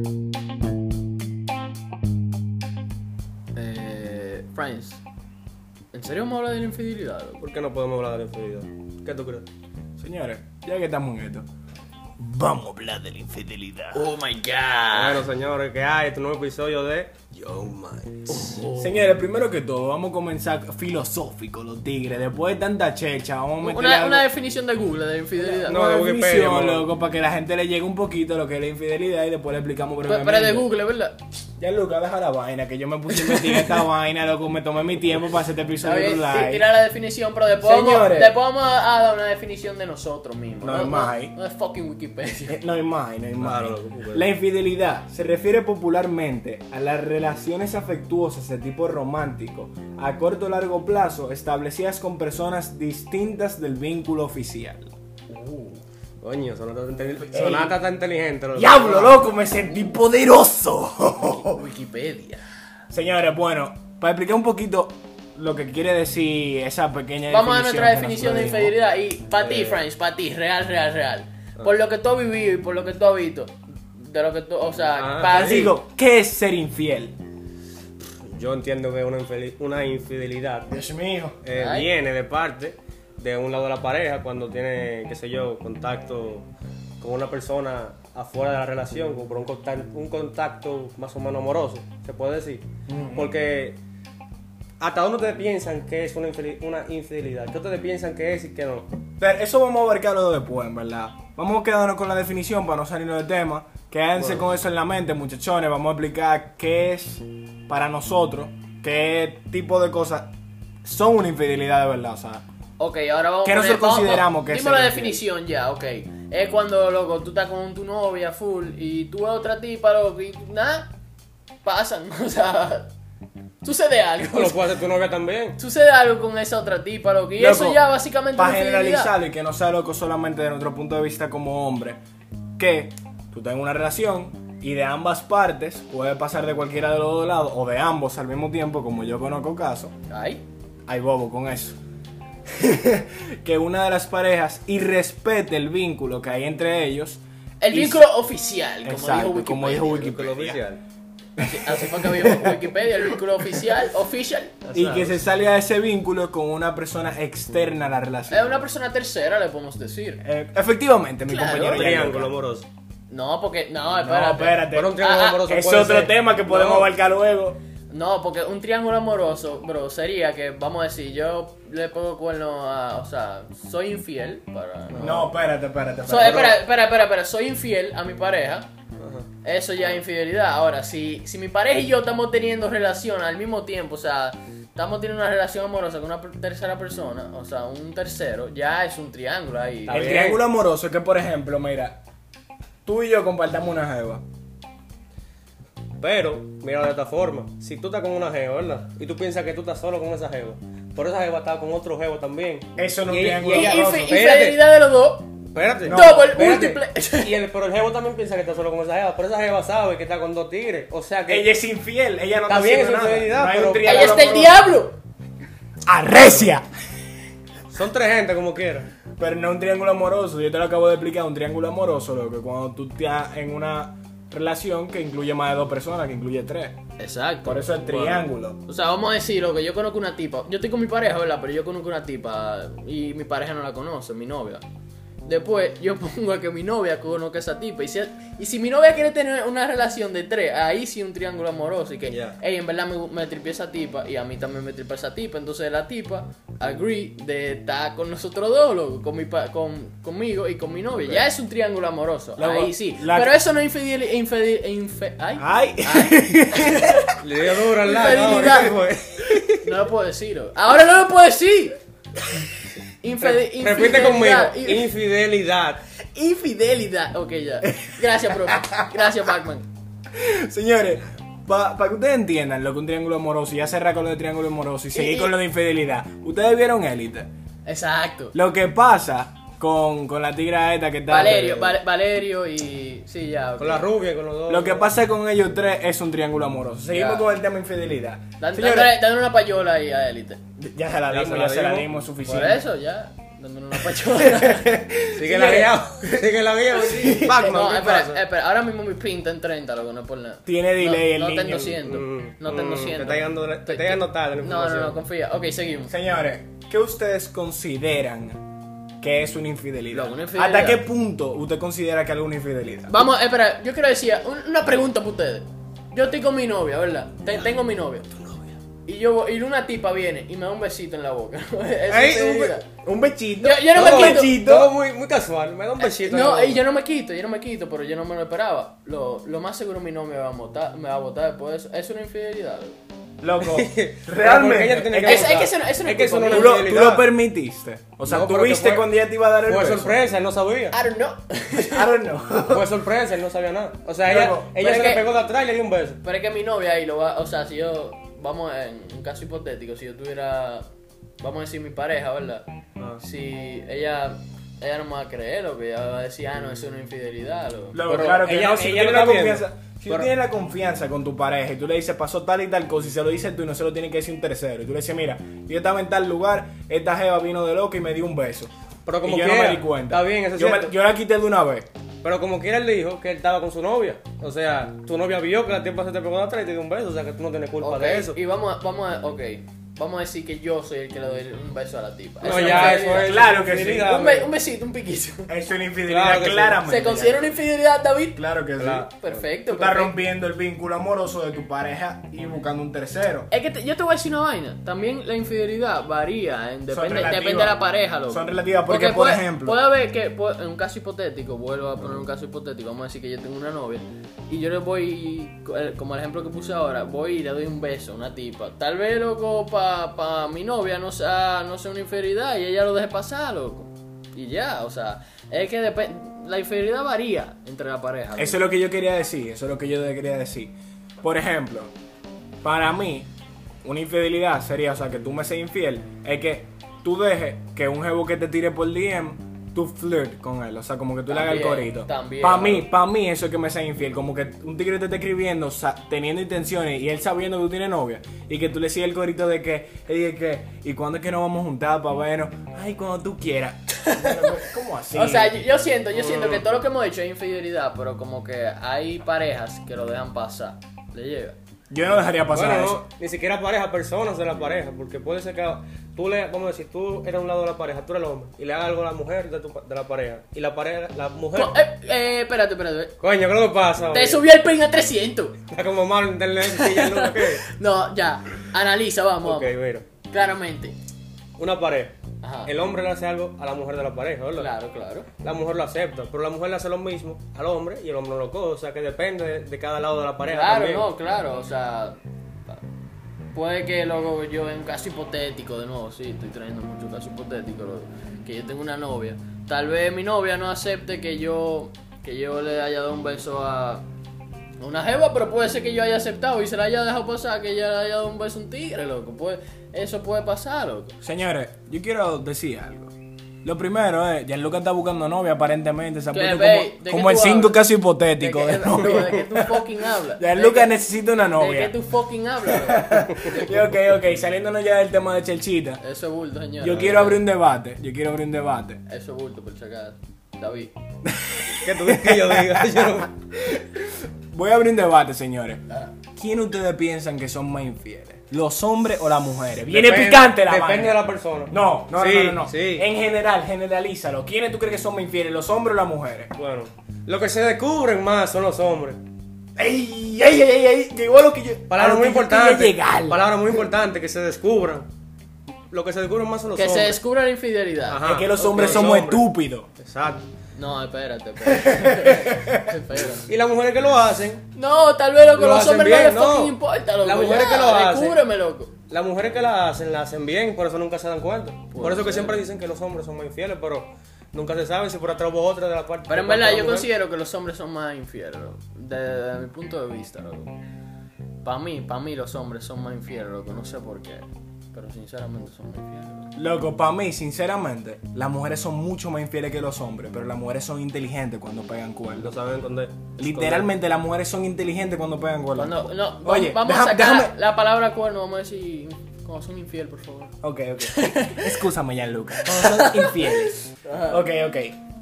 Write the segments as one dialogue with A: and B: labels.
A: Nice. Eh, ¿En serio vamos a hablar de la infidelidad? loco?
B: ¿Por qué no podemos hablar de la infidelidad? ¿Qué tú crees?
C: Señores, ya que estamos en esto, vamos a hablar de la infidelidad.
A: Oh my god.
C: Ah.
B: Bueno, señores, ¿qué hay? Este nuevo episodio de Yo Minds.
C: Señores, primero que todo, vamos a comenzar filosófico, los tigres. Después de tanta checha, vamos a meter
A: Una, una definición de Google de infidelidad.
B: No,
C: una
B: de Wikipedia,
C: definición,
B: mamá.
C: loco, para que la gente le llegue un poquito lo que es la infidelidad y después le explicamos
A: pero,
C: brevemente.
A: pero es de Google, ¿verdad?
C: Ya, Luca, deja la vaina, que yo me puse a investigar esta vaina, loco, me tomé mi tiempo para hacer este
A: Está
C: episodio
A: bien, ti-
C: online.
A: Tira la definición, pero después vamos,
C: Señores.
A: después vamos a a dar una definición de nosotros mismos.
C: No, es más ahí.
A: No es fucking Wikipedia.
C: Eh, No hay más, no hay más.
B: Claro, loco, porque-
C: La infidelidad se refiere popularmente a las relaciones afectuosas de tipo romántico a corto o largo plazo establecidas con personas distintas del vínculo oficial.
B: Coño, Sonata está intel- Sonata está inteligente. loco.
C: ¡Diablo, loco! Me sentí poderoso.
A: Wikipedia.
C: Señores, bueno, para explicar un poquito lo que quiere decir esa pequeña
A: Vamos a nuestra
C: que
A: definición de
C: Eh, nosotros dimos.
A: infidelidad. Y para ti, Franz, para ti, real, real, real. Por lo que tú has vivido y por lo que tú has visto. De lo que tú, o sea,
B: Ah,
A: para ti.
C: Francisco, ¿qué es ser infiel?
B: Yo entiendo que una, infeli- una infidelidad
C: Dios mío.
B: eh,
A: Ay.
B: viene de parte de un lado de la pareja cuando tiene, qué sé yo, contacto con una persona afuera de la relación, como por un contacto, un contacto más o menos amoroso, se puede decir.
C: Mm-hmm.
B: Porque hasta dónde ustedes piensan que es una, infeli- una infidelidad, qué ustedes piensan que es y qué no.
C: Pero eso vamos a abarcarlo después, en verdad. Vamos a quedarnos con la definición para no salirnos del tema. Quédense con eso en la mente, muchachones. Vamos a explicar qué es para nosotros, qué tipo de cosas son una infidelidad de verdad. O sea,
A: Ok, ahora vamos
C: ¿Qué
A: a poner-
C: nosotros
A: vamos-
C: consideramos que es
A: Dime la
C: ser
A: definición ya, ok. Es cuando, loco, tú estás con tu novia full y tú ves otra tipa, loco, y nada, pasan, o sea, sucede algo.
B: Lo puede hacer tu novia también.
A: Sucede algo con esa otra tipa, loco, y eso
C: Loco,
A: ya básicamente
C: Para
A: es infidelidad.
C: generalizarlo y que no sea loco solamente de nuestro punto de vista como hombre, que tú tengas una relación y de ambas partes puede pasar de cualquiera de los dos lados o de ambos al mismo tiempo, como yo conozco caso.
A: Ay,
C: Hay bobo con eso. que una de las parejas irrespete el vínculo que hay entre ellos.
A: el
C: y-
A: vínculo oficial, como dijo
C: Exacto,
A: Wikipedia.
C: como dijo
B: Con lo
C: Wikipedia.
B: oficial.
A: Así- Así fue que vimos Wikipedia, el vínculo oficial, official.
C: Y que se salga de ese vínculo con una persona externa a la
A: Es
C: relación.
A: una persona tercera, le podemos decir.
C: Eh, efectivamente, mi
A: Claro.
C: compañero. ya
B: Triángulo
C: lo-
B: amoroso.
A: No, porque, no,
C: No,
A: espérate.
C: espérate.
B: Pero un triángulo
A: Ah,
B: amoroso
C: Es
B: puede
C: otro
B: ser-
C: tema que podemos
B: No,
C: abarcar luego.
A: No, porque un triángulo amoroso, bro, sería que, vamos a decir, yo le pongo cuerno a. O sea, soy infiel para.
C: No, espérate, espérate.
A: So,
C: espérate.
A: espera, espera, espera, espera, soy infiel a mi pareja. Eso ya es infidelidad. Ahora, si, si mi pareja y yo estamos teniendo relación al mismo tiempo, o sea, estamos teniendo una relación amorosa con una per- tercera persona, o sea, un tercero, ya es un triángulo ahí. Eh,
B: Está
C: El
B: bien.
C: triángulo amoroso es que, por ejemplo, mira, tú y yo compartamos una jeva.
B: Pero, mira de esta forma, si tú estás con una jeva, ¿verdad? Y tú piensas que tú estás solo con esa jeva, pero esa jeva está con otro jeva también.
C: Eso no
B: Y-
C: es triángulo
B: y- y-
A: Y- y-
C: amoroso.
B: espérate,
A: infidelidad de los dos.
B: Espérate.
C: No,
A: Double,
B: espérate.
A: múltiple.
B: Y el, pero el jevo también piensa que está solo con esa jeva, pero esa jeva sabe que está con dos tigres. O sea que
C: Ella es infiel, ella no
B: Está
C: está
B: bien,
C: haciendo
B: es infidelidad,
C: nada. No hay
B: pero-
C: un
A: Ahí
C: triángulo
A: está el
C: amoroso.
A: diablo.
C: ¡Arrecia!
B: son tres gente como quiera.
C: Pero no es un triángulo amoroso, yo te lo acabo de explicar, un triángulo amoroso, lo que cuando tú estás en una relación que incluye más de dos personas, que incluye tres.
A: Exacto.
C: Por eso es triángulo.
A: O sea, vamos a decir, que yo conozco una tipa. Yo estoy con mi pareja, ¿verdad? Pero yo conozco una tipa y mi pareja no la conoce, mi novia. Después yo pongo a que mi novia conozca a esa tipa. Y si, y si mi novia quiere tener una relación de tres, ahí sí un triángulo amoroso. Y que,
B: Ya.
A: "Ey, en verdad me, gu- me tripié esa tipa y a mí también me tripié esa tipa. Entonces la tipa agree de estar con nosotros dos, loco, con, mi pa- con- conmigo y con mi novia. Ya es un triángulo amoroso.
C: Luego,
A: ahí sí.
C: la- Ah,
A: Pero eso no es infidel... infidel, infe- ay.
C: ¡Ay!
B: Le dio duro al
A: Infidelidad.
B: lado.
C: pues,
A: No lo puedo decir. oh. Ahora no lo puedo decir. Infe-
B: Repite
A: infidelidad.
B: conmigo.
A: I-
B: Infidelidad.
A: Infidelidad. Ok, ya. Gracias, profe. Gracias, Batman.
C: Señores, para que ustedes entiendan lo que un triángulo amoroso, y ya cerrar con lo de triángulo amoroso y seguir
A: y-
C: con lo de infidelidad, ustedes vieron élite.
A: Exacto.
C: Lo que pasa con, con la tigra esta que está.
A: Valerio, Val- Valerio y. Sí, ya. ok.
B: Con la rubia, con los dos.
C: Lo que pasa con ellos tres es un triángulo amoroso. Seguimos
A: Ya.
C: con el tema infidelidad.
A: Dan-
C: Señores,
A: Dándole dándole una payola ahí a Élite.
C: ya se la
B: Ya se
C: dimos,
B: la
C: ya se la
B: dimos.
C: dimos
A: Por
C: suficiente.
A: eso, ya. dándole una pachorra.
B: Sigue la guía. Sigue la guía. Pac-Man,
A: no,
B: ¿qué
A: espera,
B: pasa?
A: espera, ahora mismo mi pin está en 30, loco, no es por nada.
C: Tiene
A: No,
C: delay el
A: no,
C: niño.
A: No está en 200, no está en
B: Mm,
A: 200.
B: Te está llegando, te está llegando tarde la
A: No, no,
B: información.
A: no, confía. Ok, seguimos.
C: Señores, ¿qué ustedes consideran que es una infidelidad?
A: Loco, una infidelidad.
C: ¿Hasta qué punto usted considera que algo es una infidelidad?
A: Vamos, eh, espera, yo quiero decir un- una pregunta para ustedes. Yo estoy con mi novia, ¿verdad? Te- tengo mi novia. Y yo voy- y una tipa viene y me da un besito en la boca. Eso es
B: Ey, un,
A: infidelidad.
B: be- un bechito.
A: Yo- yo no me
B: Todo-
A: quito.
B: Todo muy, muy casual. Me da un bechito.
A: No,
B: en la
A: y yo no me quito, yo no me quito, pero yo no me lo esperaba. Lo, lo más seguro mi novia me va a votar, me va a votar después de eso. Es una infidelidad. loco.
C: Loco,
B: Pero porque ella
C: realmente.
B: tiene
C: Es
B: que
C: que
A: Es, es que eso no es,
B: Es que eso no
C: tú,
B: es
C: lo,
B: infidelidad.
C: tú lo permitiste. O sea,
B: No,
C: tú
B: pero que
C: viste
B: fue-
C: cuando ella te iba a dar el
B: Fue
C: beso.
B: sorpresa, él no sabía.
A: I don't know.
C: I don't know.
B: Fue sorpresa, él no sabía nada. O sea, ella,
C: Loco,
B: ella
A: pero
B: se
A: es
B: le
A: que-
B: pegó de atrás y le dio un beso.
A: Pero es que mi novia ahí lo va, o sea, si yo, vamos en un caso hipotético, si yo tuviera, vamos a decir mi pareja, ¿verdad?
B: Ah.
A: Si ella, ella no me va a creer, lo que ella va a decir, ah, no, eso no es una infidelidad, loco.
C: Loco,
B: Pero
C: claro que
B: ella-
C: no, si tú
B: ella lo
C: tienes la
B: está viendo.
C: confianza. Si tú
A: Pero-
C: tienes la confianza con tu pareja y tú le dices pasó tal y tal cosa y se lo dices tú y no se lo tiene que decir un tercero y tú le dices mira yo estaba en tal lugar esta jeva vino de loca y me dio un beso
B: Pero como
C: y yo no
B: quiera,
C: me di cuenta
B: está bien, eso es
C: yo, me-
B: cierto.
C: yo la quité de una vez
B: Pero como quiera él dijo que él estaba con su novia. O sea, tu novia vio que la tipa se te pegó de atrás y te dio un beso. O sea, que tú no tienes culpa
A: Ok,
B: de eso.
A: Y vamos a, vamos a, ok, vamos a decir que yo soy el que le doy un beso a la tipa.
B: No,
A: Eso es
B: ya, eso
A: infidelidad.
B: es.
C: Claro que sí.
B: infidelidad,
A: Un, be-
B: bro.
A: un besito, un piquito.
C: es una infidelidad
B: Claro que sí.
C: claramente
A: ¿Se considera una infidelidad, David?
C: claro que
B: Claro.
C: sí
A: Perfecto.
C: tú estás
A: perfecto.
C: rompiendo el vínculo amoroso de tu pareja y buscando un tercero
A: Es que te- yo te voy a decir una vaina. También la infidelidad varía. en-
C: Son
A: depende,
C: relativas.
A: depende de la pareja, loco.
C: Son relativas, porque, por
A: puede,
C: ejemplo-
A: Puede haber que, puede- en un caso hipotético, vuelvo a poner un caso hipotético. Vamos a decir que yo tengo una novia. Y yo le voy, eh, como el ejemplo que puse ahora, voy y le doy un beso a una tipa. Tal vez, loco, para mi novia no sea, no sea una infidelidad y ella lo deje pasar, loco. Y ya, o sea, es que depen- La infidelidad varía entre la pareja. loco.
C: Eso es lo que yo quería decir, eso es lo que yo te quería decir. Por ejemplo, para mí, una infidelidad sería, o sea, que tú me seas infiel, es que tú dejes que un jevo que te tire por DM, tú flirt con él, o sea, como que tú le hagas el
A: También,
C: corito.
A: también.
C: Para mí, para mí eso es que me sea infiel, como que un tigre te esté escribiendo, sa- teniendo intenciones y él sabiendo que tú tienes novia y que tú le sigas el corito de que, y de que, y cuándo es que nos vamos a juntar, para vernos, ay, cuando tú quieras. Pero, ¿Cómo así?
A: O sea, yo, yo siento, yo siento que todo lo que hemos hecho es infidelidad, pero como que hay parejas que lo dejan pasar. Le llega.
C: yo no dejaría pasar
B: Bueno,
C: eso.
B: no, ni siquiera pareja, personas de la pareja, porque puede ser que tú le, vamos a decir, tú eres un lado de la pareja, tú eres el hombre, y le hagas algo a la mujer de, tu, pa- de la pareja, y la pareja, la mujer,
A: Co- eh, eh, espérate, espérate.
B: coño, ¿qué es lo que pasa?
A: Te
B: hombre?
A: subió el pin a 300.
B: Está como mal internet, que ya no ¿qué?
A: No, ya. Analiza, vamos.
B: Ok, mira,
A: vamos. Claramente.
B: una pareja,
A: Ajá.
B: el hombre le hace algo a la mujer de la pareja, ¿verdad?
A: Ah. Claro, claro.
B: La mujer lo acepta, pero la mujer le hace lo mismo al hombre y el hombre no lo coge, o sea que depende de, de cada lado de la pareja
A: Claro,
B: también.
A: no, claro. O sea, puede que luego yo en un caso hipotético, de nuevo, sí, estoy trayendo mucho caso hipotético, lo- que yo tengo una novia. Tal vez mi novia no acepte que yo, que yo le haya dado un beso a a una jeva, pero puede ser que yo haya aceptado y se la haya dejado pasar, que ella le haya dado un beso a un tigre, loco. Puede, eso puede pasar, loco.
C: Señores, yo quiero decir algo. Lo primero es, Gianluca está buscando novia aparentemente, se ha
A: ¿Qué,
C: puesto
A: ve?
C: como,
A: ¿De
C: como
A: qué
C: el
A: tú
C: cinco
A: hablas?
C: caso hipotético de,
A: que,
C: novia.
A: de que tú fucking hablas.
C: Gianluca
A: De que-
C: necesita una
A: De
C: novia.
A: que tú fucking hablas, loco.
C: Ok, ok, ok, saliéndonos ya del tema de Chelchita.
A: Eso es bulto, señor.
C: Yo quiero abrir un debate, yo quiero abrir un debate.
A: Eso es bulto, por si acaso. David.
B: Que tú dices que yo diga, yo no-
C: Voy a abrir un debate, señores.
A: Ah.
C: ¿Quién ustedes piensan que son más infieles? ¿Los hombres o las mujeres? Viene
B: Depende-
C: picante la
B: Depende
C: vaina.
B: de la persona.
C: No, no,
B: Sí,
C: no, no, no. no.
B: sí.
C: En general, generalízalo. ¿Quiénes tú crees que son más infieles, los hombres o las mujeres?
B: Bueno, lo que se descubren más son los hombres.
C: ¡Ey, ey, ey, ey! ey llegó a lo que yo. a
B: Palabra
C: lo
B: muy
C: que yo quería
B: importante.
C: llegar.
B: Palabra muy importante, que se descubran. Lo que se descubren más son los
A: Que se
B: hombres.
A: descubra la infidelidad.
B: Ajá.
C: Es que Ah, los
B: ok,
C: hombres
B: los
C: somos
B: hombres.
C: estúpidos.
B: Exacto.
A: No, espérate, espérate. Espérate.
B: Y las mujeres que lo hacen,
A: No, tal vez loco,
B: Lo
A: los
B: hacen
A: hombres
B: bien,
A: no les
B: no.
A: fucking importa, loco.
B: Las mujeres
A: ya,
B: que lo hacen.
A: descúbreme, loco.
B: las mujeres que la hacen, la hacen bien, por eso nunca se dan cuenta. Por
A: Puede
B: eso que
A: ser.
B: siempre dicen que los hombres son más infieles, pero nunca se sabe si por atrás hubo otra de la parte.
A: Pero en
B: por parte
A: verdad,
B: de la
A: yo
B: mujer.
A: considero que los hombres son más infieles, loco. Desde, mi punto de vista, loco. Para mí, para mí los hombres son más infieles, loco. No sé por qué. Pero sinceramente son más infieles, loco.
C: Loco, para mí, sinceramente, las mujeres son mucho más infieles que los hombres, pero las mujeres son inteligentes cuando pegan
B: Lo
C: cuernos.
B: saben esconder.
C: Literalmente, las mujeres son inteligentes cuando pegan cuernos.
A: Cuando, no,
C: Oye,
A: vamos
C: deja-
A: a sacar
C: déjame-
A: la palabra cuerno, vamos a decir Cuando son infiel, por favor.
C: Ok, ok. Excúsame, Gianluca. Cuando son infieles. Ok, ok.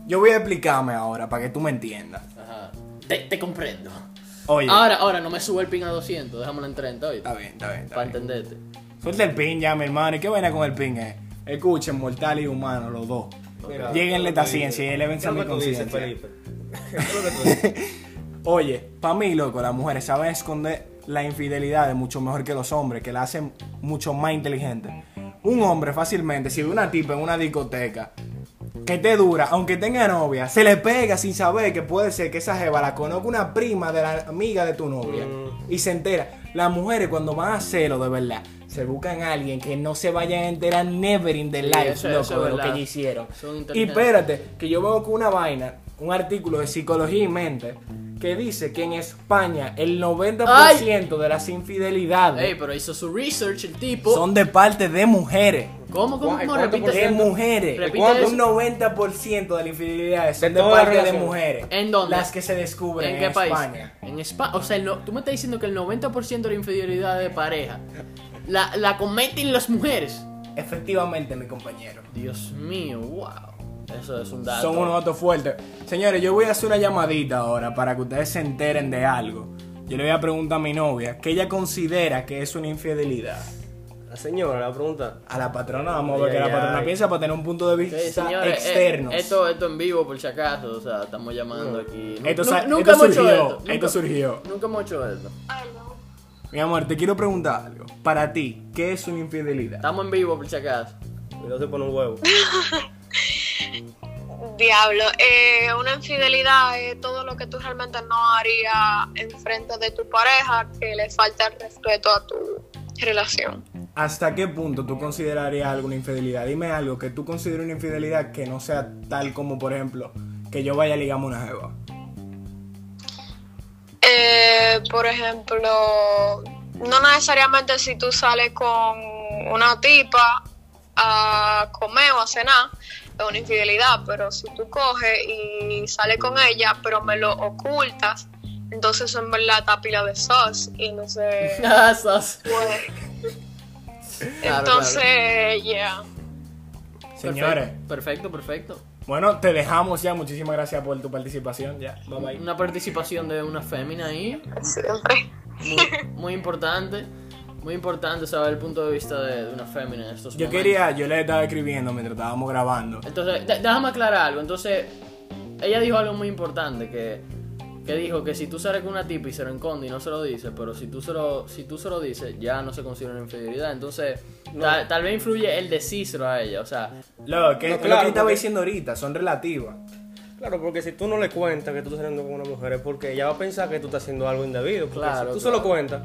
C: Yo voy a explicarme ahora para que tú me entiendas.
A: Ajá. Te, te comprendo.
C: Oye,
A: Ahora, ahora, no me sube el pin a 200, déjamelo en 30, oye.
C: está bien, está bien. Está
A: Para
C: bien.
A: entenderte.
C: Suelta el pin ya, mi hermano. ¿Y qué vaina con el pin es? Escuchen, mortal y humano, los dos.
B: Mira,
C: Lléguenle esta
B: ¿qué tú dices?
C: ciencia y
B: ¿Qué
C: elevense
B: es
C: mi
B: lo que tú dices,
C: conciencia.
B: Felipe? ¿Qué es lo que tú dices?
C: Oye, para mí, loco, las mujeres saben esconder la infidelidad mucho mejor que los hombres, que la hacen mucho más inteligente. Un hombre fácilmente, si ve una tipa en una discoteca que te dura, aunque tenga novia, se le pega sin saber que puede ser que esa jeva la conozca una prima de la amiga de tu novia
A: Mm.
C: y se entera. Las mujeres cuando van a hacerlo de verdad, se buscan a alguien que no se vaya a enterar never in the
A: Sí,
C: life,
A: eso- eso
C: loco,
A: es
C: de lo que
A: verdad.
C: ellos hicieron.
A: Son
C: Y
A: inteligentes.
C: espérate, que yo veo que una vaina, un artículo de psicología y mente, que dice que en España el 90% de las infidelidades
A: Ey, pero hizo su research el tipo.
C: son de parte de mujeres.
A: ¿Cómo, cómo,
B: Guay,
A: cómo?
B: ¿cuánto
A: Repite
B: por
C: De
B: ciento?
C: mujeres.
A: Repite
C: ¿Cuánto?
A: eso.
C: Un 90% de las infidelidades son
B: De
C: de,
B: todas las
C: parte de
B: relaciones.
C: mujeres.
A: ¿En dónde?
C: Las que se descubren en,
A: ¿En qué país?
C: España.
A: En España. O sea, el no- tú me estás diciendo que el 90% de la infidelidad de pareja la, la cometen las mujeres.
C: Efectivamente, mi compañero.
A: Dios mío, wow. Eso es un dato.
C: Son unos datos fuertes. Señores, yo voy a hacer una llamadita ahora para que ustedes se enteren de algo. Yo le voy a preguntar a mi novia que ella considera que es una infidelidad.
B: La señora, la pregunta.
C: A la patrona, vamos a ver
B: Ay,
C: qué la
B: ay,
C: patrona
B: ay.
C: piensa para tener un punto de
A: Sí,
C: vista
A: señores, eh,
C: externo.
A: esto, esto en vivo, por si acaso. O sea, estamos llamando aquí. Nu-
C: Esto
A: nu-
C: sa-
A: nunca
C: esto
A: hemos hecho
C: surgió,
A: esto.
C: esto
A: Nunca-
C: surgió.
A: Nunca hemos hecho esto.
C: Mi amor, te quiero preguntar algo. Para ti, ¿qué es una infidelidad?
A: Estamos en vivo, por si acaso.
B: Cuidado se pone un huevo.
D: Diablo, eh, una infidelidad es todo lo que tú realmente no harías en frente de tu pareja que le falta el respeto a tu relación.
C: ¿Hasta qué punto tú considerarías alguna infidelidad? Dime algo que tú consideres una infidelidad que no sea tal como, por ejemplo, que yo vaya a ligarme una jeva.
D: Eh, por ejemplo, no necesariamente si tú sales con una tipa a comer o a cenar, es una infidelidad, pero si tú coges y sales con ella, pero me lo ocultas, entonces eso en verdad está pila de sos y no se
A: Ah, sos-
D: puede.
A: Claro,
D: Entonces, ya.
C: Señores,
A: Perfecto, perfecto.
C: bueno, te dejamos ya. Muchísimas gracias por tu participación. Ya, bye bye.
A: Una participación de una fémina ahí.
D: Siempre.
A: Muy, muy importante. Muy importante saber el punto de vista de, de una fémina en estos
C: Yo
A: momentos.
C: quería, yo le estaba escribiendo mientras estábamos grabando.
A: Entonces, de- déjame aclarar algo. Entonces, ella dijo algo muy importante que, que dijo que si tú sales con una tipa y se lo esconde y no se lo dice, pero si tú se lo, si tú se lo dices, ya no se considera una infidelidad. Entonces, tal, tal vez influye el decírselo a ella. O sea,
C: Lo que,
B: No,
C: lo que
B: claro,
C: yo estaba
B: porque-
C: diciendo ahorita son relativas.
B: Claro, porque si tú no le cuentas que tú estás saliendo con una mujer es porque ella va a pensar que tú estás haciendo algo indebido. Porque
A: Claro,
B: si
A: claro.
B: tú se lo cuentas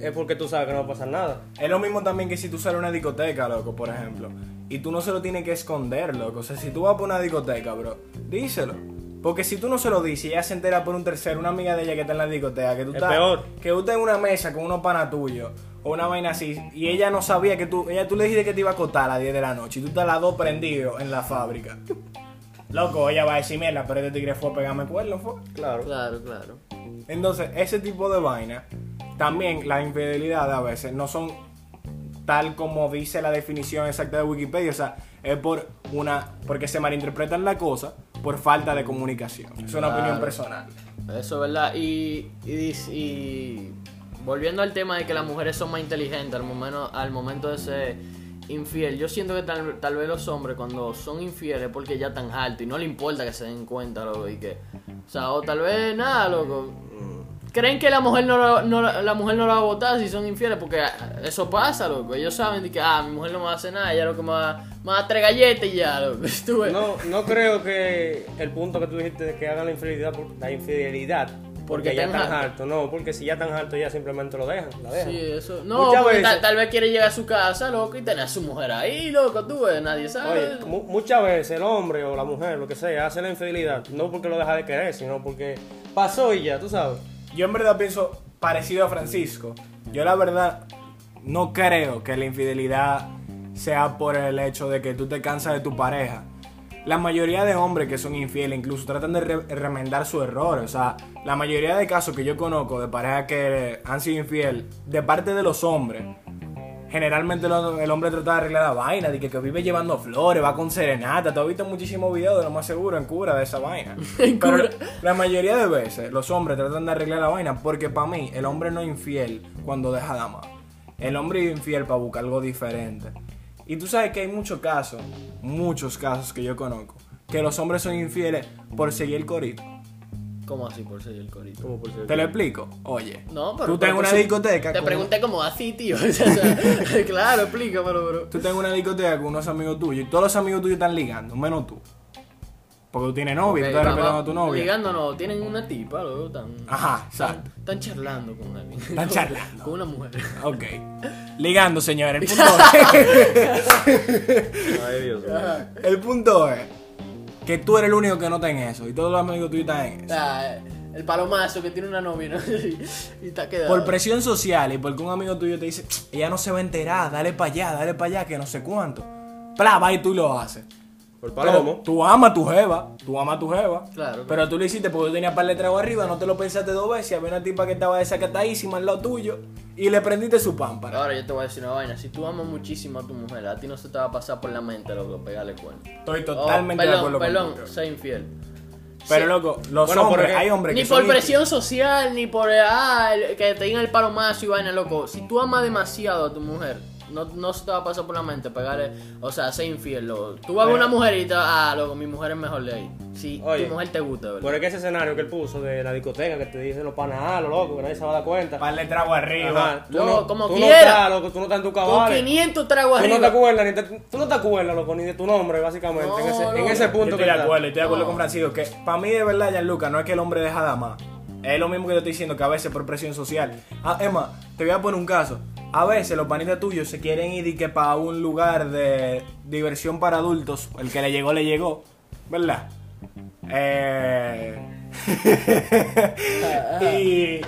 B: es porque tú sabes que no va a pasar nada.
C: Es lo mismo también que si tú sales a una discoteca, loco, por ejemplo. Y tú no se lo tienes que esconder, loco. O sea, si tú vas por una discoteca, bro, díselo. Porque si tú no se lo dices y ella se entera por un tercero, una amiga de ella que está en la discoteca, que tú
B: Es
C: estás,
B: peor.
C: que tú estás en una mesa con unos panas tuyos o una vaina así, y ella no sabía que tú, ella tú le dijiste que te iba a acotar a las 10 de la noche y tú estás a las 2 prendido en la fábrica. Loco, ella va a decir, mierda, pero este tigre fue a pegarme cuerno, fue.
B: Claro.
A: claro, claro.
C: Entonces, ese tipo de vaina, también las infidelidades a veces no son tal como dice la definición exacta de Wikipedia, o sea, es por una porque se malinterpretan la cosa por falta de comunicación. Es una opinión
A: Claro.
C: personal.
A: Eso, ¿verdad? Y, y, dis- y volviendo al tema de que las mujeres son más inteligentes al momento, al momento de ser infiel, yo siento que tal, tal vez los hombres cuando son infieles porque ya están altos y no le importa que se den cuenta, loco, y que... O sea, o tal vez nada, loco. Creen que la mujer no, lo- no lo- la mujer no la va a votar si son infieles porque eso pasa, loco. Ellos saben de que, ah, mi mujer no me va a hacer nada, ella lo que me va, me va a dar tres galletas y ya, loco. Tú ves.
B: No, no creo que el punto que tú dijiste de que hagan la infidelidad por la infidelidad. Porque,
A: Porque
B: ya
A: están
B: están
A: hartos.
B: hartos, no, porque si ya están hartos ya simplemente lo dejan, la dejan.
A: Sí, eso. No,
B: Muchas
A: porque ta-
B: veces-
A: tal, vez quiere llegar a su casa, loco, y tener a su mujer ahí, loco, tú ves, nadie sabe.
B: Oye, mu- muchas veces el hombre o la mujer, lo que sea, hace la infidelidad, no porque lo deja de querer, sino porque pasó y ya, tú sabes.
C: Yo en verdad pienso parecido a Francisco. Yo la verdad no creo que la infidelidad sea por el hecho de que tú te cansas de tu pareja. La mayoría de hombres que son infieles incluso tratan de re- remendar su error. O sea, la mayoría de casos que yo conozco de parejas que han sido infiel de parte de los hombres generalmente lo- el hombre trata de arreglar la vaina, de que, que vive llevando flores, va con serenata. Tú has visto muchísimos videos de lo más seguro en cura de esa vaina. Pero
A: cura.
C: la mayoría de veces los hombres tratan de arreglar la vaina porque para mí el hombre no es infiel cuando deja de amar. El hombre es infiel para buscar algo diferente. Y tú sabes que hay muchos casos, muchos casos que yo conozco, que los hombres son infieles por seguir el corito.
A: ¿Cómo así por ser el corito?
B: Como por ser-
C: ¿Te lo explico? Oye,
A: No, pero.
C: tú estás en
A: pero
C: una
A: por su-
C: discoteca.
A: Te
C: con-
A: pregunté como así, tío. O sea, o sea, claro, explícamelo, bro.
C: Tú estás en una discoteca con unos amigos tuyos y todos los amigos tuyos están ligando, menos tú. Porque tú tienes novia,
A: Ok,
C: tú estás
A: papá,
C: respetando a tu novia.
A: Ligando no, tienen una tipa, luego están.
C: Ajá, exacto.
A: Están charlando con alguien.
C: Están charlando.
A: Con una mujer.
C: Ok. Ligando, señores. El punto,
B: Ay, Dios mío.
C: es, el punto es que tú eres el único que no está en eso y todos los amigos tuyos están en eso.
A: Ah, el palomazo que tiene una novia, ¿no? y está quedado.
C: Por presión social y porque un amigo tuyo te dice, ella no se va a enterar, dale para allá, dale para allá, que no sé cuánto. Pla, va y tú lo haces.
B: Por
C: Pero
B: palomo.
C: tú amas a tu jeva, tú amas a tu jeva.
A: Claro.
C: Pero tú lo hiciste porque tú tenías par de trago arriba, no te lo pensaste dos veces. Había una tipa que estaba desacatadísima al lado tuyo y le prendiste su pámpara.
A: Ahora yo te voy a decir una vaina. Si tú amas muchísimo a tu mujer, a ti no se te va a pasar por la mente, loco, pegarle cuerno.
C: Estoy totalmente
A: Oh,
C: de
A: perdón,
C: acuerdo
A: perdón,
C: contigo.
A: soy infiel.
C: Pero
A: Sí.
C: loco, los
B: Bueno,
C: hombres,
B: porque-
C: hay hombres
A: Ni
C: que son
A: por presión social, ni por ah, el- que te digan el palomazo y vaina, loco. Si tú amas demasiado a tu mujer, no, no se te va a pasar por la mente pegarle, o sea, ser infiel, loco. Tú vas a
B: Pero-
A: una mujer y te ah, loco, mi mujer es mejor de ahí. Si
B: Oye,
A: tu mujer te gusta, ¿verdad?
B: Por ese escenario que él puso de la discoteca que te dicen los panas, ah, lo loco, que nadie se va a dar cuenta.
C: Par de trago arriba.
B: Ajá, tú
A: Loco,
B: no,
A: como
B: tú
A: quiera.
B: No estás, loco, tú no estás en tu
A: Con
B: caballo.
A: 500 tragos
B: Tú no te
A: arriba.
B: acuerdas ni, de- tú no te acuerdas, loco, ni de tu nombre, básicamente.
A: No,
B: en, ese, en
A: loco.
B: ese
C: Yo
B: punto
C: estoy
B: que
C: de
B: está.
C: acuerdo, estoy de acuerdo con Francisco. Que para mí, de verdad, Gianluca, no es que el hombre deja de amar. Es lo mismo que yo estoy diciendo, que a veces por presión social. Ah, Emma, te voy a poner un caso. A veces los panitas tuyos se quieren ir y que para un lugar de diversión para adultos, el que le llegó, le llegó. ¿Verdad? Eh... y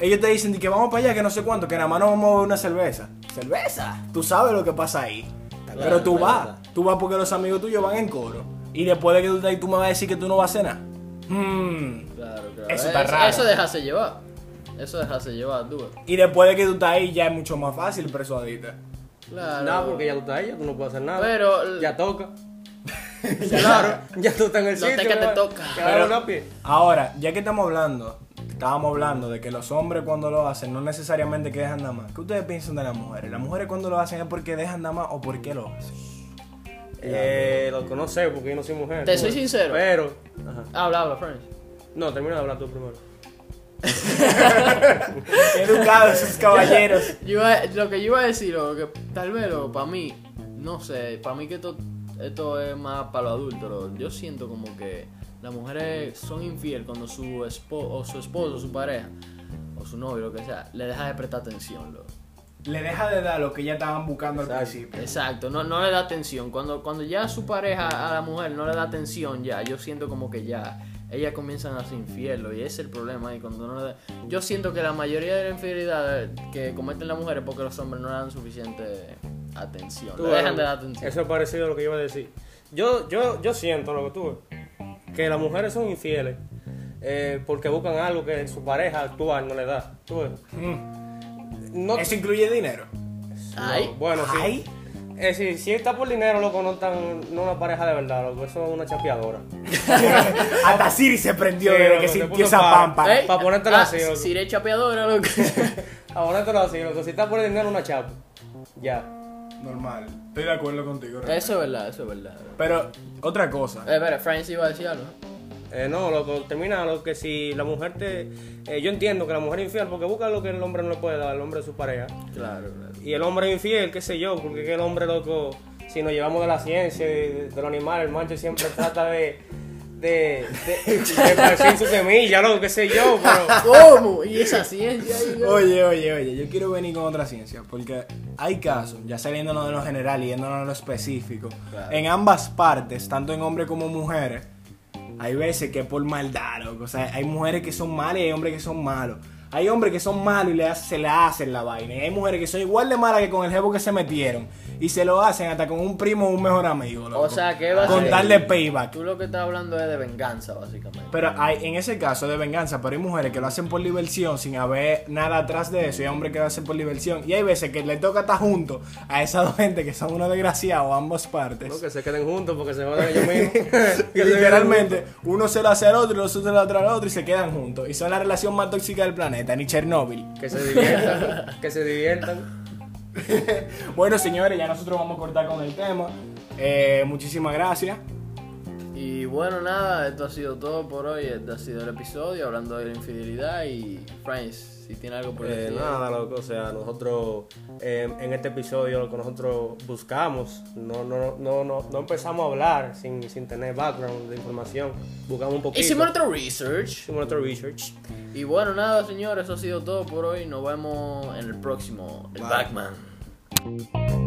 C: ellos te dicen de que vamos para allá, que no sé cuánto, que nada más nos vamos a beber una cerveza. ¿Cerveza? Tú sabes lo que pasa ahí. Pero tú vas, tú vas porque los amigos tuyos van en coro. Y después de que tú estás ahí, tú me vas a decir que tú no vas a cenar. Mm.
A: Claro, claro.
C: Eso está
A: Es-
C: raro.
A: Eso dejarse llevar. Eso dejarse llevar, tú.
C: Y después de que tú estás ahí, ya es mucho más fácil persuadirte.
A: Claro.
B: Nada, porque ya tú estás ahí, ya tú no puedes hacer nada.
A: Pero-
B: Ya toca.
A: Claro.
B: Ya tú estás en el
A: No
B: sitio.
A: te que te
B: ¿verdad?
A: toca.
B: Que ahora no, pie.
C: Ahora, ya que estamos hablando, estábamos hablando de que los hombres cuando lo hacen no necesariamente que dejan de amar. ¿Qué ustedes piensan de las mujeres? ¿Las mujeres cuando lo hacen es porque dejan de amar o porque lo hacen?
B: Eh, loco, no sé, porque yo no soy mujer.
A: Te soy
B: Bueno,
A: sincero.
B: Pero. Ajá.
A: Habla, habla, French.
B: No, termina de hablar tú primero.
C: Educados esos caballeros.
A: Yo iba- lo que yo iba a decir, lo que tal vez lo para mí, no sé, para mí que esto, esto es más para los adultos. lo- yo siento como que las mujeres son infiel cuando su espo- o su esposo, su pareja, o su novio, lo que sea, le deja de prestar atención. Lo.
C: Le deja de dar lo que ya estaban buscando al
B: Exacto.
C: principio.
A: Exacto, no, no le da atención. Cuando, cuando ya su pareja a la mujer no le da atención, ya, yo siento como que ya, ellas comienzan a ser infieles y ese es el problema. ahí, cuando no le da- yo siento que la mayoría de las infidelidades que cometen las mujeres es porque los hombres no le dan suficiente atención.
B: Tú,
A: le dejan
B: eh,
A: de dar atención.
B: Eso es parecido a lo que yo iba a decir. Yo, yo, yo siento lo que tú ves, que las mujeres son infieles eh, porque buscan algo que su pareja actual no le da. Tú ves.
C: Mm.
B: No,
C: Eso incluye dinero.
B: no,
A: Ay.
B: bueno, sí.
C: Ay.
B: Es decir, si está por dinero, loco, no tan, no una pareja de verdad, loco, eso es una chapeadora.
C: Hasta Siri se prendió desde que sintió esa pampa.
A: Ey,
B: Para ponértela
A: ah,
B: así, loco.
A: Si eres chapeadora, loco.
B: Ahora te lo así, loco, si está por dinero, una chapa. Ya.
C: Normal. Estoy de acuerdo contigo.
A: eso es verdad, eso es verdad.
C: Pero, otra cosa.
A: Eh, espera, Francis iba a decir algo.
B: Eh, no, loco, termina lo que si la mujer te. eh, yo entiendo que la mujer es infiel porque busca lo que el hombre no le puede dar, el hombre es su pareja.
A: Claro, claro.
B: Y el hombre infiel, qué sé yo, porque es que el hombre loco, si nos llevamos de la ciencia, de, de los animales, el macho siempre trata de. de. de, de partir su semilla, loco, qué sé yo, pero.
A: ¿Cómo? Y esa ciencia. ahí, loco?
C: Oye, oye, oye, yo quiero venir con otra ciencia, porque hay casos, ya saliéndonos de lo general y yéndonos a lo específico, en ambas partes, tanto en hombres como mujeres, hay veces que por maldad, loco, o sea, hay mujeres que son malas y hay hombres que son malos. Hay hombres que son malos y le hace- se le hacen la vaina. Y hay mujeres que son igual de malas que con el jevo que se metieron. Y se lo hacen hasta con un primo o un mejor amigo. loco.
A: O sea, que va a
C: Con
A: ser-
C: darle payback.
A: Tú lo que estás hablando es de venganza, básicamente.
C: Pero hay, en ese caso de venganza, pero hay mujeres que lo hacen por diversión sin haber nada atrás de eso. Y hay hombres que lo hacen por diversión. Y hay veces que le toca estar junto a esas dos gente que son unos desgraciados, ambas partes.
B: No, que se queden juntos porque se jodan ellos mismos.
C: Y
B: Que se
C: literalmente, uno se lo hace al otro, los otros se lo hacen al otro y se quedan juntos. Y son la relación más tóxica del planeta, ni Chernóbil.
B: Que se diviertan, que se diviertan.
C: Bueno, señores, ya nosotros vamos a cortar con el tema. Eh, muchísimas gracias.
A: Y bueno, nada, esto ha sido todo por hoy. Este ha sido el episodio hablando de la infidelidad. Y, Franz, si tiene algo por
B: Eh,
A: decir.
B: nada, loco, o sea, nosotros eh, en este episodio lo que nosotros buscamos, no, no, no, no, no empezamos a hablar sin, sin tener background de información, buscamos un poquito.
A: Hicimos otro research.
B: hicimos nuestro research.
A: Y bueno, nada, señores, eso ha sido todo por hoy. Nos vemos en el próximo, el Batman.